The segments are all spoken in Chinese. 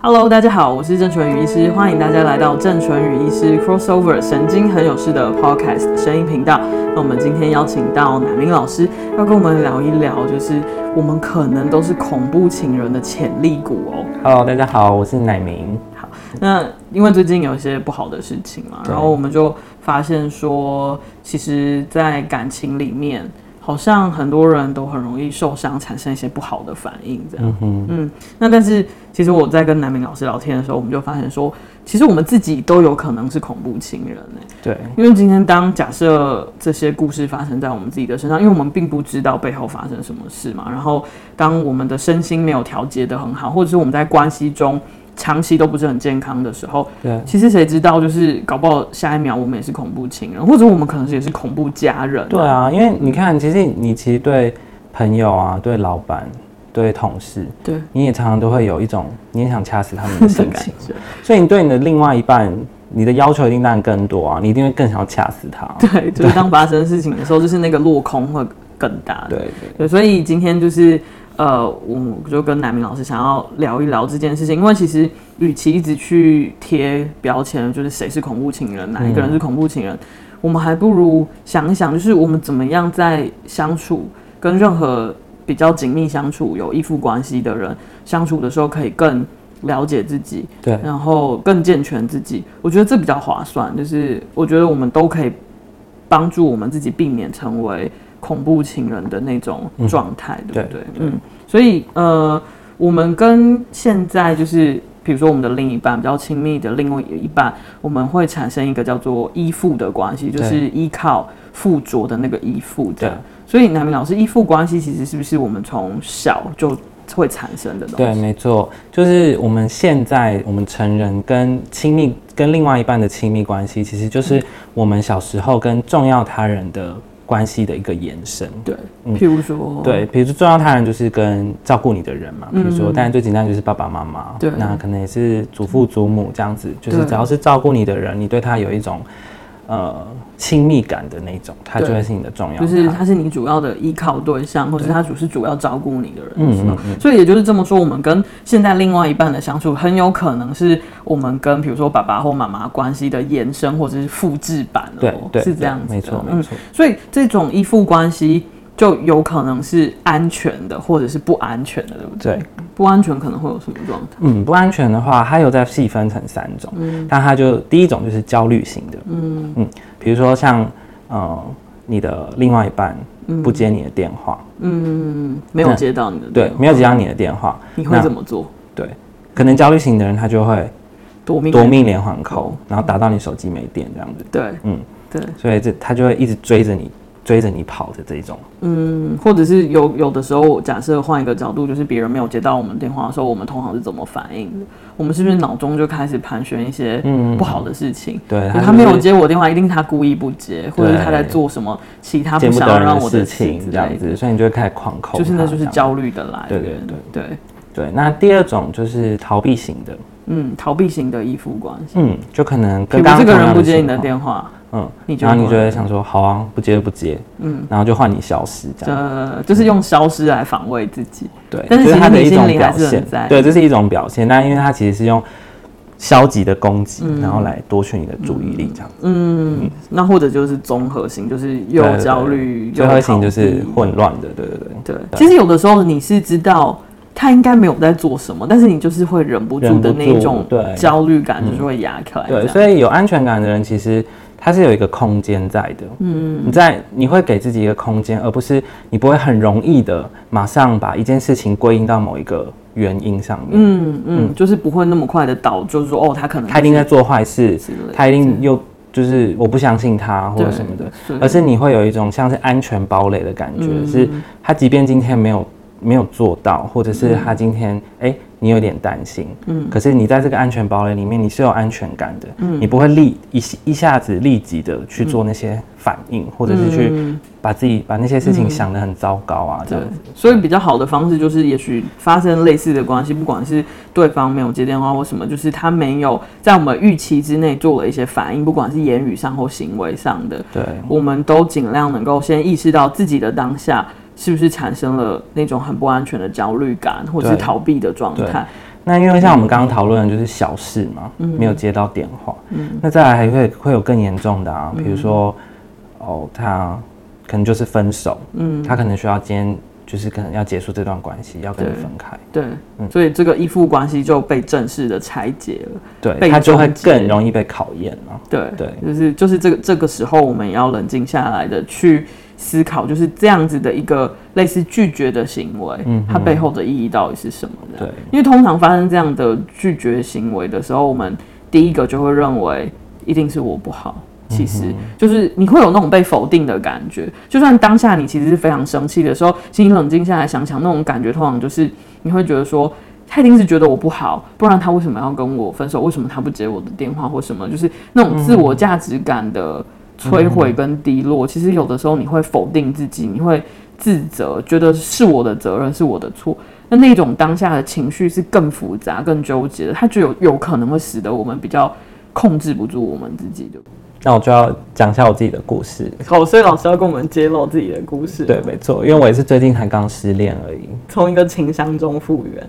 Hello，大家好，我是郑纯宇医师，欢迎大家来到郑纯宇医师 Crossover 神经很有事的 Podcast 声音频道。那我们今天邀请到乃明老师，要跟我们聊一聊，就是我们可能都是恐怖情人的潜力股哦。 Hello，大家好，我是乃明。那因为最近有一些不好的事情嘛，对然后我们就发现说，其实，在感情里面，好像很多人都很容易受伤，产生一些不好的反应，这样。嗯哼，那但是，其实我在跟南明老师聊天的时候，我们就发现说，其实我们自己都有可能是恐怖情人、欸、对因为今天当假设这些故事发生在我们自己的身上，因为我们并不知道背后发生什么事嘛。然后，当我们的身心没有调节的很好，或者是我们在关系中长期都不是很健康的时候，对其实谁知道，就是搞不好下一秒我们也是恐怖情人，或者我们可能也是恐怖家人、对，啊，因为你看，其实你其实对朋友啊、对老板、对同事，对，你也常常都会有一种你也想掐死他们的的心感情，觉。所以 你对你的另外一半，你的要求一定当然更多啊，你一定会更想要掐死 他。 对，就是当发生事情的时候，就是那个落空会更大。对对对，所以今天就是呃，我就跟南明老师想要聊一聊这件事情，因为其实与其一直去贴标签，就是谁是恐怖情人，哪一个人是恐怖情人，我们还不如想一想，就是我们怎么样在相处跟任何比较紧密相处、有依附关系的人相处的时候，可以更了解自己，对然后更健全自己。我觉得这比较划算，就是我觉得我们都可以帮助我们自己避免成为恐怖情人的那种状态，对不对？嗯，所以呃，我们跟现在就是。比如说，我们的另一半比较亲密的另外一半，我们会产生一个叫做依附的关系，就是依靠附着的那个依附这对样。所以，南明老师，依附关系其实是不是我们从小就会产生的东西？对，没错，就是我们现在我们成人跟亲密跟另外一半的亲密关系，其实就是我们小时候跟重要他人的关系的一个延伸。对，嗯譬如说，对，比如说重要他人就是跟照顾你的人嘛，比如说，哦嗯当然最简单就是爸爸妈妈，对那可能也是祖父祖母这样子，就是对只要是照顾你的人，你对他有一种呃亲密感的那种，他就对会是你的重要他，就是他是你主要的依靠对象，或者是他主是主要照顾你的人的时候嗯嗯嗯所以也就是这么说，我们跟现在另外一半的相处，很有可能是我们跟比如说爸爸或妈妈关系的延伸，或者是复制版哦，对对，是这对样子的，没错嗯没错，所以这种依附关系就有可能是安全的，或者是不安全的，对不对？对。不安全可能会有什么状态？嗯，不安全的话，它有在细分成三种。嗯，但它就第一种就是焦虑型的。嗯嗯，比如说像呃，你的另外一半嗯不接你的电话，没有那接到你的对电，话没有接到你的电话，你会那怎么做？对，可能焦虑型的人他就会夺命夺命连环扣，然后打到你手机没电这样子，对，嗯对，所以这他就会一直追着你追着你跑的这种。嗯，或者是有有的时候，假设换一个角度，就是别人没有接到我们电话的时候，我们通常是怎么反应的？我们是不是脑中就开始盘旋一些嗯嗯不好的事情？对，就就他没有是接我电话，一定他故意不接，或者是他在对做什么其他见不不想得要人让的我事的事情这样子，所以你就会开始狂扣就他这是样子。那就是焦虑的来源。对对对对，对。那第二种就是逃避型的，嗯，逃避型的依附关系，嗯，就可能比跟如刚刚这个同人样不接你情的况，电话，嗯，你就然后你会就会想说，好啊，不接就不接，嗯，然后就换你消失这样，嗯呃，就是用消失来防卫自己。对，但是这其实他的你一心种里还表是很现在，意对，这是一种表现。但因为他其实是用消极的攻击，然后来夺取你的注意力这样。嗯，那或者就是综合型，就是又对对对焦虑又最后一型逃就是避混乱的，对对对。对，其实有的时候你是知道他应该没有在做什么，但是你就是会忍不住忍的不那一住种对焦虑感，就是会压起来这样。对，所以有安全感的人，其实他是有一个空间在的。嗯，你在你会给自己一个空间，而不是你不会很容易的马上把一件事情归因到某一个原因上面。嗯，嗯嗯，就是不会那么快的倒，就是说哦，他可能他一定在做坏事之类的，他一定又就是我不相信他或者什么的，对而是你会有一种像是安全堡垒的感觉，是他即便今天没有没有做到，或者是他今天哎、诶你有点担心，嗯，可是你在这个安全堡垒里面你是有安全感的，嗯，你不会立一一下子立即的去做那些反应，或者是嗯去把自己把那些事情想得很糟糕啊，这样子，所以比较好的方式就是，也许发生类似的关系，不管是对方没有接电话或什么，就是他没有在我们预期之内做了一些反应，不管是言语上或行为上的，对我们都尽量能够先意识到自己的当下是不是产生了那种很不安全的焦虑感，或者是对逃避的状态。那因为像我嗯们刚刚讨论的就是小事嘛，没有接到电话，嗯那再来还会会有更严重的啊，比如说哦，他可能就是分手，嗯，他可能需要今天就是可能要结束这段关系，要跟你对分开，对，所以这个依附关系就被正式的拆解了。对被他就会终结更容易被考验了、对对就是就是这个这个时候，我们也要冷静下来的去思考，就是这样子的一个类似拒绝的行为，嗯哼它背后的意义到底是什么？对，因为通常发生这样的拒绝行为的时候，我们第一个就会认为一定是我不好。其实嗯就是你会有那种被否定的感觉，就算当下你其实是非常生气的时候，请你冷静下来想想，那种感觉通常就是你会觉得说，他一定是觉得我不好，不然他为什么要跟我分手？为什么他不接我的电话或什么？就是那嗯种自我价值感的摧毁跟低落。其实有的时候你会否定自己，你会自责，觉得是我的责任，是我的错。那那种当下的情绪是更复杂、更纠结的，它就有有可能会使得我们比较控制不住我们自己的。那我就要讲一下我自己的故事。好，所以老师要跟我们揭露自己的故事，对，，没错，因为我也是最近才刚失恋而已，从一个情伤中复原。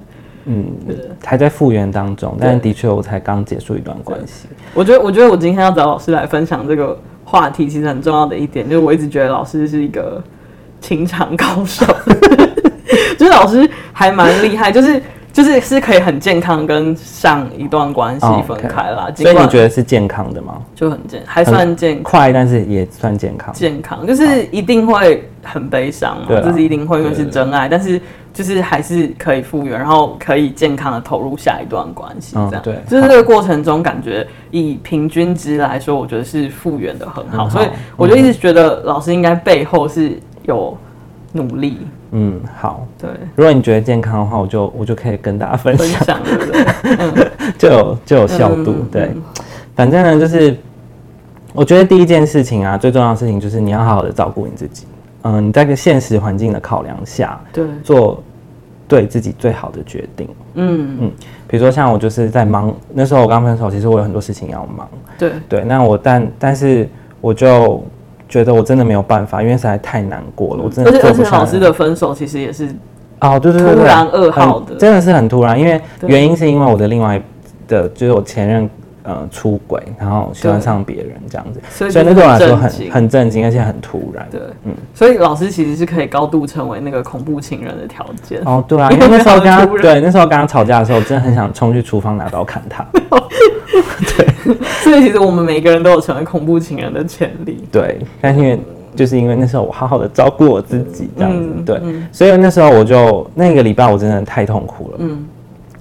还在复原当中，但的确我才刚结束一段关系。我觉得，我觉得我今天要找老师来分享这个话题，其实很重要的一点就是，我一直觉得老师是一个情场高手， 就是老师还蛮厉害，就是就是是可以很健康跟上一段关系哦分开啦，所以你觉得得是健康的吗？就很健，还算健康。快，但是也算健康。健康就是一定会很悲伤嘛，对啊这是一定会，因为是真爱，但是就是还是可以复原，然后可以健康的投入下一段关系，嗯这样、对就是这个过程中，感觉以平均值来说，我觉得是复原的很好，很好所以我就一直觉得老师应该背后是有努力，嗯，好。对，如果你觉得健康的话，我就我就可以跟大家分分享，享对不对？ 就有就有效度。嗯对，反正呢，就是我觉得第一件事情啊，最重要的事情就是你要好好的照顾你自己。嗯、你在一个现实环境的考量下，对，做对自己最好的决定。嗯，比如说像我就是在忙，那时候我刚分手，其实我有很多事情要忙。对，对，那我但但是我就觉得我真的没有办法，因为实在太难过了，我真而的且做而不且下来。老师的分手其实也是哦，对对对，突对然噩耗很的真的是很突然，因为对原因是因为我的另外的，就是我前任呃出轨，然后喜欢对上别人这样子，所以所以就那对我来很说震很惊很震惊，而且很突 然。对，所以老师其实是可以高度成为那个恐怖情人的条件。哦，对啊，因因为为那时候很跟他 突然对那时候跟他吵架的时候，我真的很想冲去厨房拿刀砍他。 所以其实我们每个人都有成为恐怖情人的潜力。对，但是因为就是因为那时候我好好的照顾我自己这样子，嗯对，所以那时候我就那个礼拜我真的太痛苦了，嗯，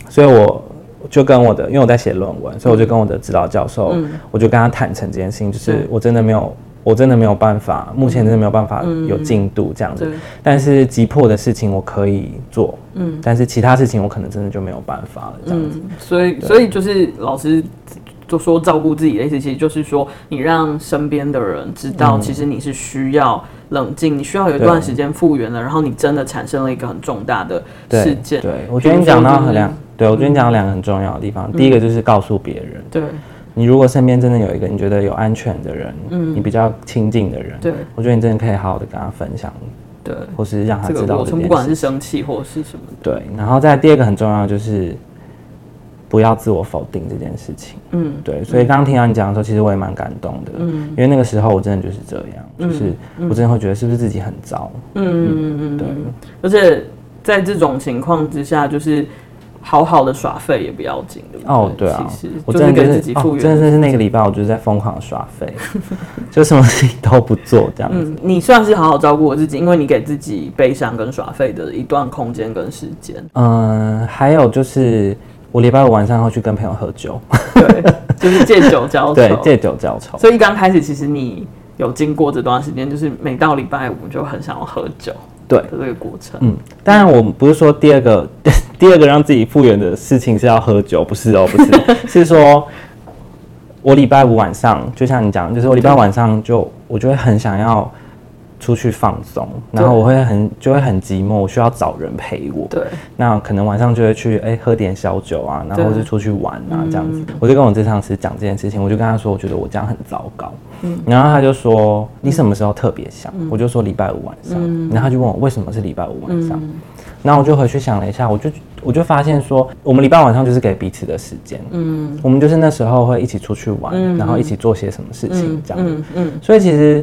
所以我就跟我的，因为我在写论文，所以我就跟我的指导教授，嗯我就跟他坦诚这件事情，就是对我真的没有。我真的没有办法，目前真的没有办法有进度这样子。对但是急迫的事情我可以做，嗯，但是其他事情我可能真的就没有办法了这样子。嗯，所以所以就是老师就说照顾自己的意思，其实就是说你让身边的人知道，其实你是需要冷静，你需要有一段时间复原了，然后你真的产生了一个很重大的对事件。对，我觉得你讲到很两，对我觉得你讲到嗯两个很重要的地方。第一个就是告诉别人，对你如果身边真的有一个你觉得有安全的人，你比较亲近的人，嗯对我觉得你真的可以好好的跟他分享，对，或是让他这知个道过这程不件管事。是生气或是什么的，对，然后再来第二个很重要的就是不要自我否定这件事情。嗯，对，所以刚刚听到你讲的时候，其实我也蛮感动的，嗯，因为那个时候我真的就是这样，就是嗯我真的会觉得是不是自己很糟，嗯嗯嗯，对，而且在这种情况之下，就是。好好的耍废也不要紧，对不对？哦，对啊其实，我就是真的给就自是己哦复，原真的是那个礼拜，我就是在疯狂刷 费，就什么事情都不做这样子。嗯，你算是好好照顾我自己，因为你给自己悲伤跟耍废的一段空间跟时间。 嗯、还有就是我礼拜五晚上会去跟朋友喝酒，对，就是借酒浇 对愁，。借酒浇愁。所以刚开始其实你有经过这段时间，就是每到礼拜五就很想要喝酒对的，这个过程。嗯，当然我不是说第二个 第二个让自己复原的事情是要喝酒，不是哦，不是，是说我礼拜五晚上，就像你讲，就是我礼拜五晚上就我就会很想要出去放松，然后对我会很就会很寂寞，我需要找人陪我。对，那可能晚上就会去哎、喝点小酒啊，然后对或是出去玩啊这样子。我就跟我智商师讲这件事情，我就跟他说，我觉得我这样很糟糕。然后他就说你什么时候特别想？我嗯就说礼拜五晚上。然后他就问我为什么是礼拜五晚上？然后我就回去想了一下，我就我就发现说，我们礼拜晚上就是给彼此的时间，嗯，我们就是那时候会一起出去玩，然后一起做些什么事情这样，嗯嗯，所以其实。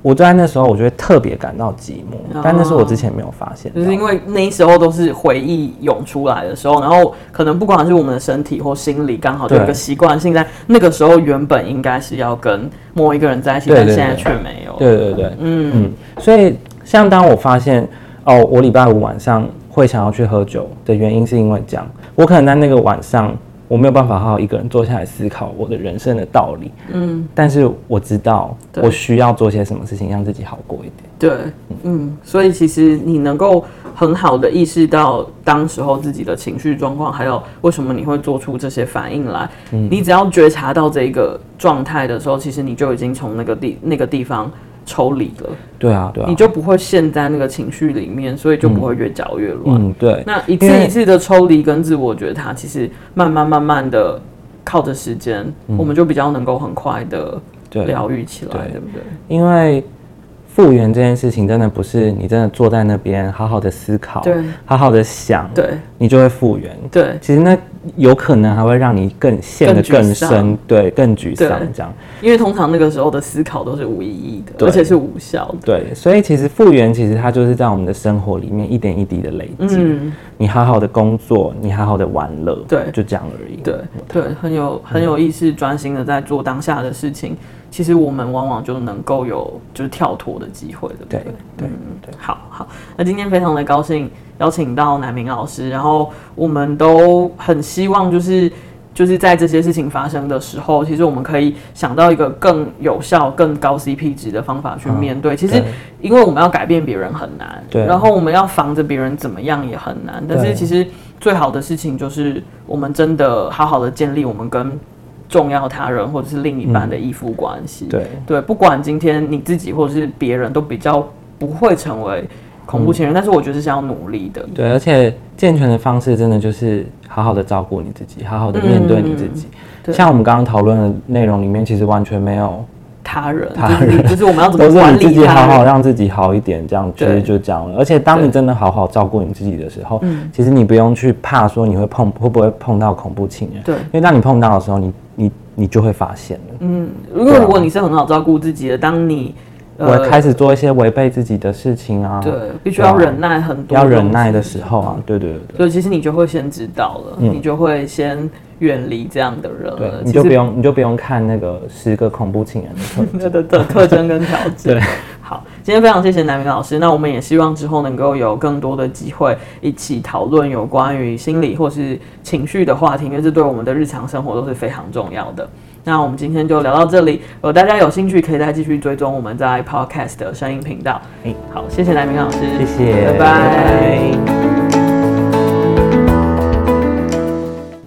我就在那时候，我就会特别感到寂寞，但那是我之前没有发现的，就是因为那时候都是回忆涌出来的时候，然后可能不管是我们的身体或心理，刚好有一个习惯性在那个时候原本应该是要跟某一个人在一起，对但对对现在却没有。对对对，嗯嗯，所以像当我发现哦，我礼拜五晚上会想要去喝酒的原因，是因为这样，我可能在那个晚上我没有办法好好一个人坐下来思考我的人生的道理，嗯，但是我知道对我需要做些什么事情让自己好过一点，对，嗯，所以其实你能够很好的意识到当时候自己的情绪状况，还有为什么你会做出这些反应来。嗯你只要觉察到这个状态的时候，其实你就已经从那个地那个地方抽离了，对啊，对啊你，就不会陷在那个情绪里面，所以就不会越搅越乱。嗯，对，那一次一次的抽离跟自我觉察，其实慢慢慢慢的靠着时间，我们就比较能够很快的嗯对疗愈起来，对对不对？因为复原这件事情真的不是你真的坐在那边好好的思考，对，好好的想，对你就会复原，对，其实那有可能还会让你更陷得更更沮丧深，对，更沮丧对这样。因为通常那个时候的思考都是无意义的，对而且是无效的。对，所以其实复原其实它就是在我们的生活里面一点一滴的累积。嗯你好好的工作，你好好的玩乐，对就这样而已。对对，很有很有意识，专心的在做当下的事情，其实我们往往就能够有就是跳脱的机会，对不对？对对对好好，那今天非常的高兴邀请到南明老师，然后我们都很希望就是就是在这些事情发生的时候，其实我们可以想到一个更有效、更高 CP 值的方法去面对。其实嗯对因为我们要改变别人很难，对然后我们要防着别人怎么样也很难，但是对其实最好的事情就是我们真的好好的建立我们跟。重要他人或者是另一半的依附关系、对对，不管今天你自己或者是别人都比较不会成为恐怖情嗯人，但是我觉得是要努力的。对，而且健全的方式真的就是好好的照顾你自己，好好的面对你自己。嗯对像我们刚刚讨论的内容里面，其实完全没有，他人，他就是你 就是我们要怎么都是管你自理己他好人。好让自己好一点，这样其对实就这样了。而且当你对嗯真的好好照顾你自己的时候，其实你不用去怕说你会碰会不会碰到恐怖情人，对因为当你碰到的时候，你你你就会发现了，嗯如果如果你是很好照顾自己的，当你呃我开始做一些违背自己的事情啊，对必须要对啊忍耐很多，要忍耐的时候嗯啊，对对对对。所以其实你就会先知道了，你就会先远离这样的人嗯对了。，你就不 用，你就不用看那个十个恐怖情人的的特的的特征跟调整。对， 好，今天非常谢谢南明老师。那我们也希望之后能够有更多的机会一起讨论有关于心理或是情绪的话题，因为这对我们的日常生活都是非常重要的。那我们今天就聊到这里，如果大家有兴趣，可以再继续追踪我们在 Podcast 的声音频道。哎好，谢谢南明老师，谢谢拜拜拜拜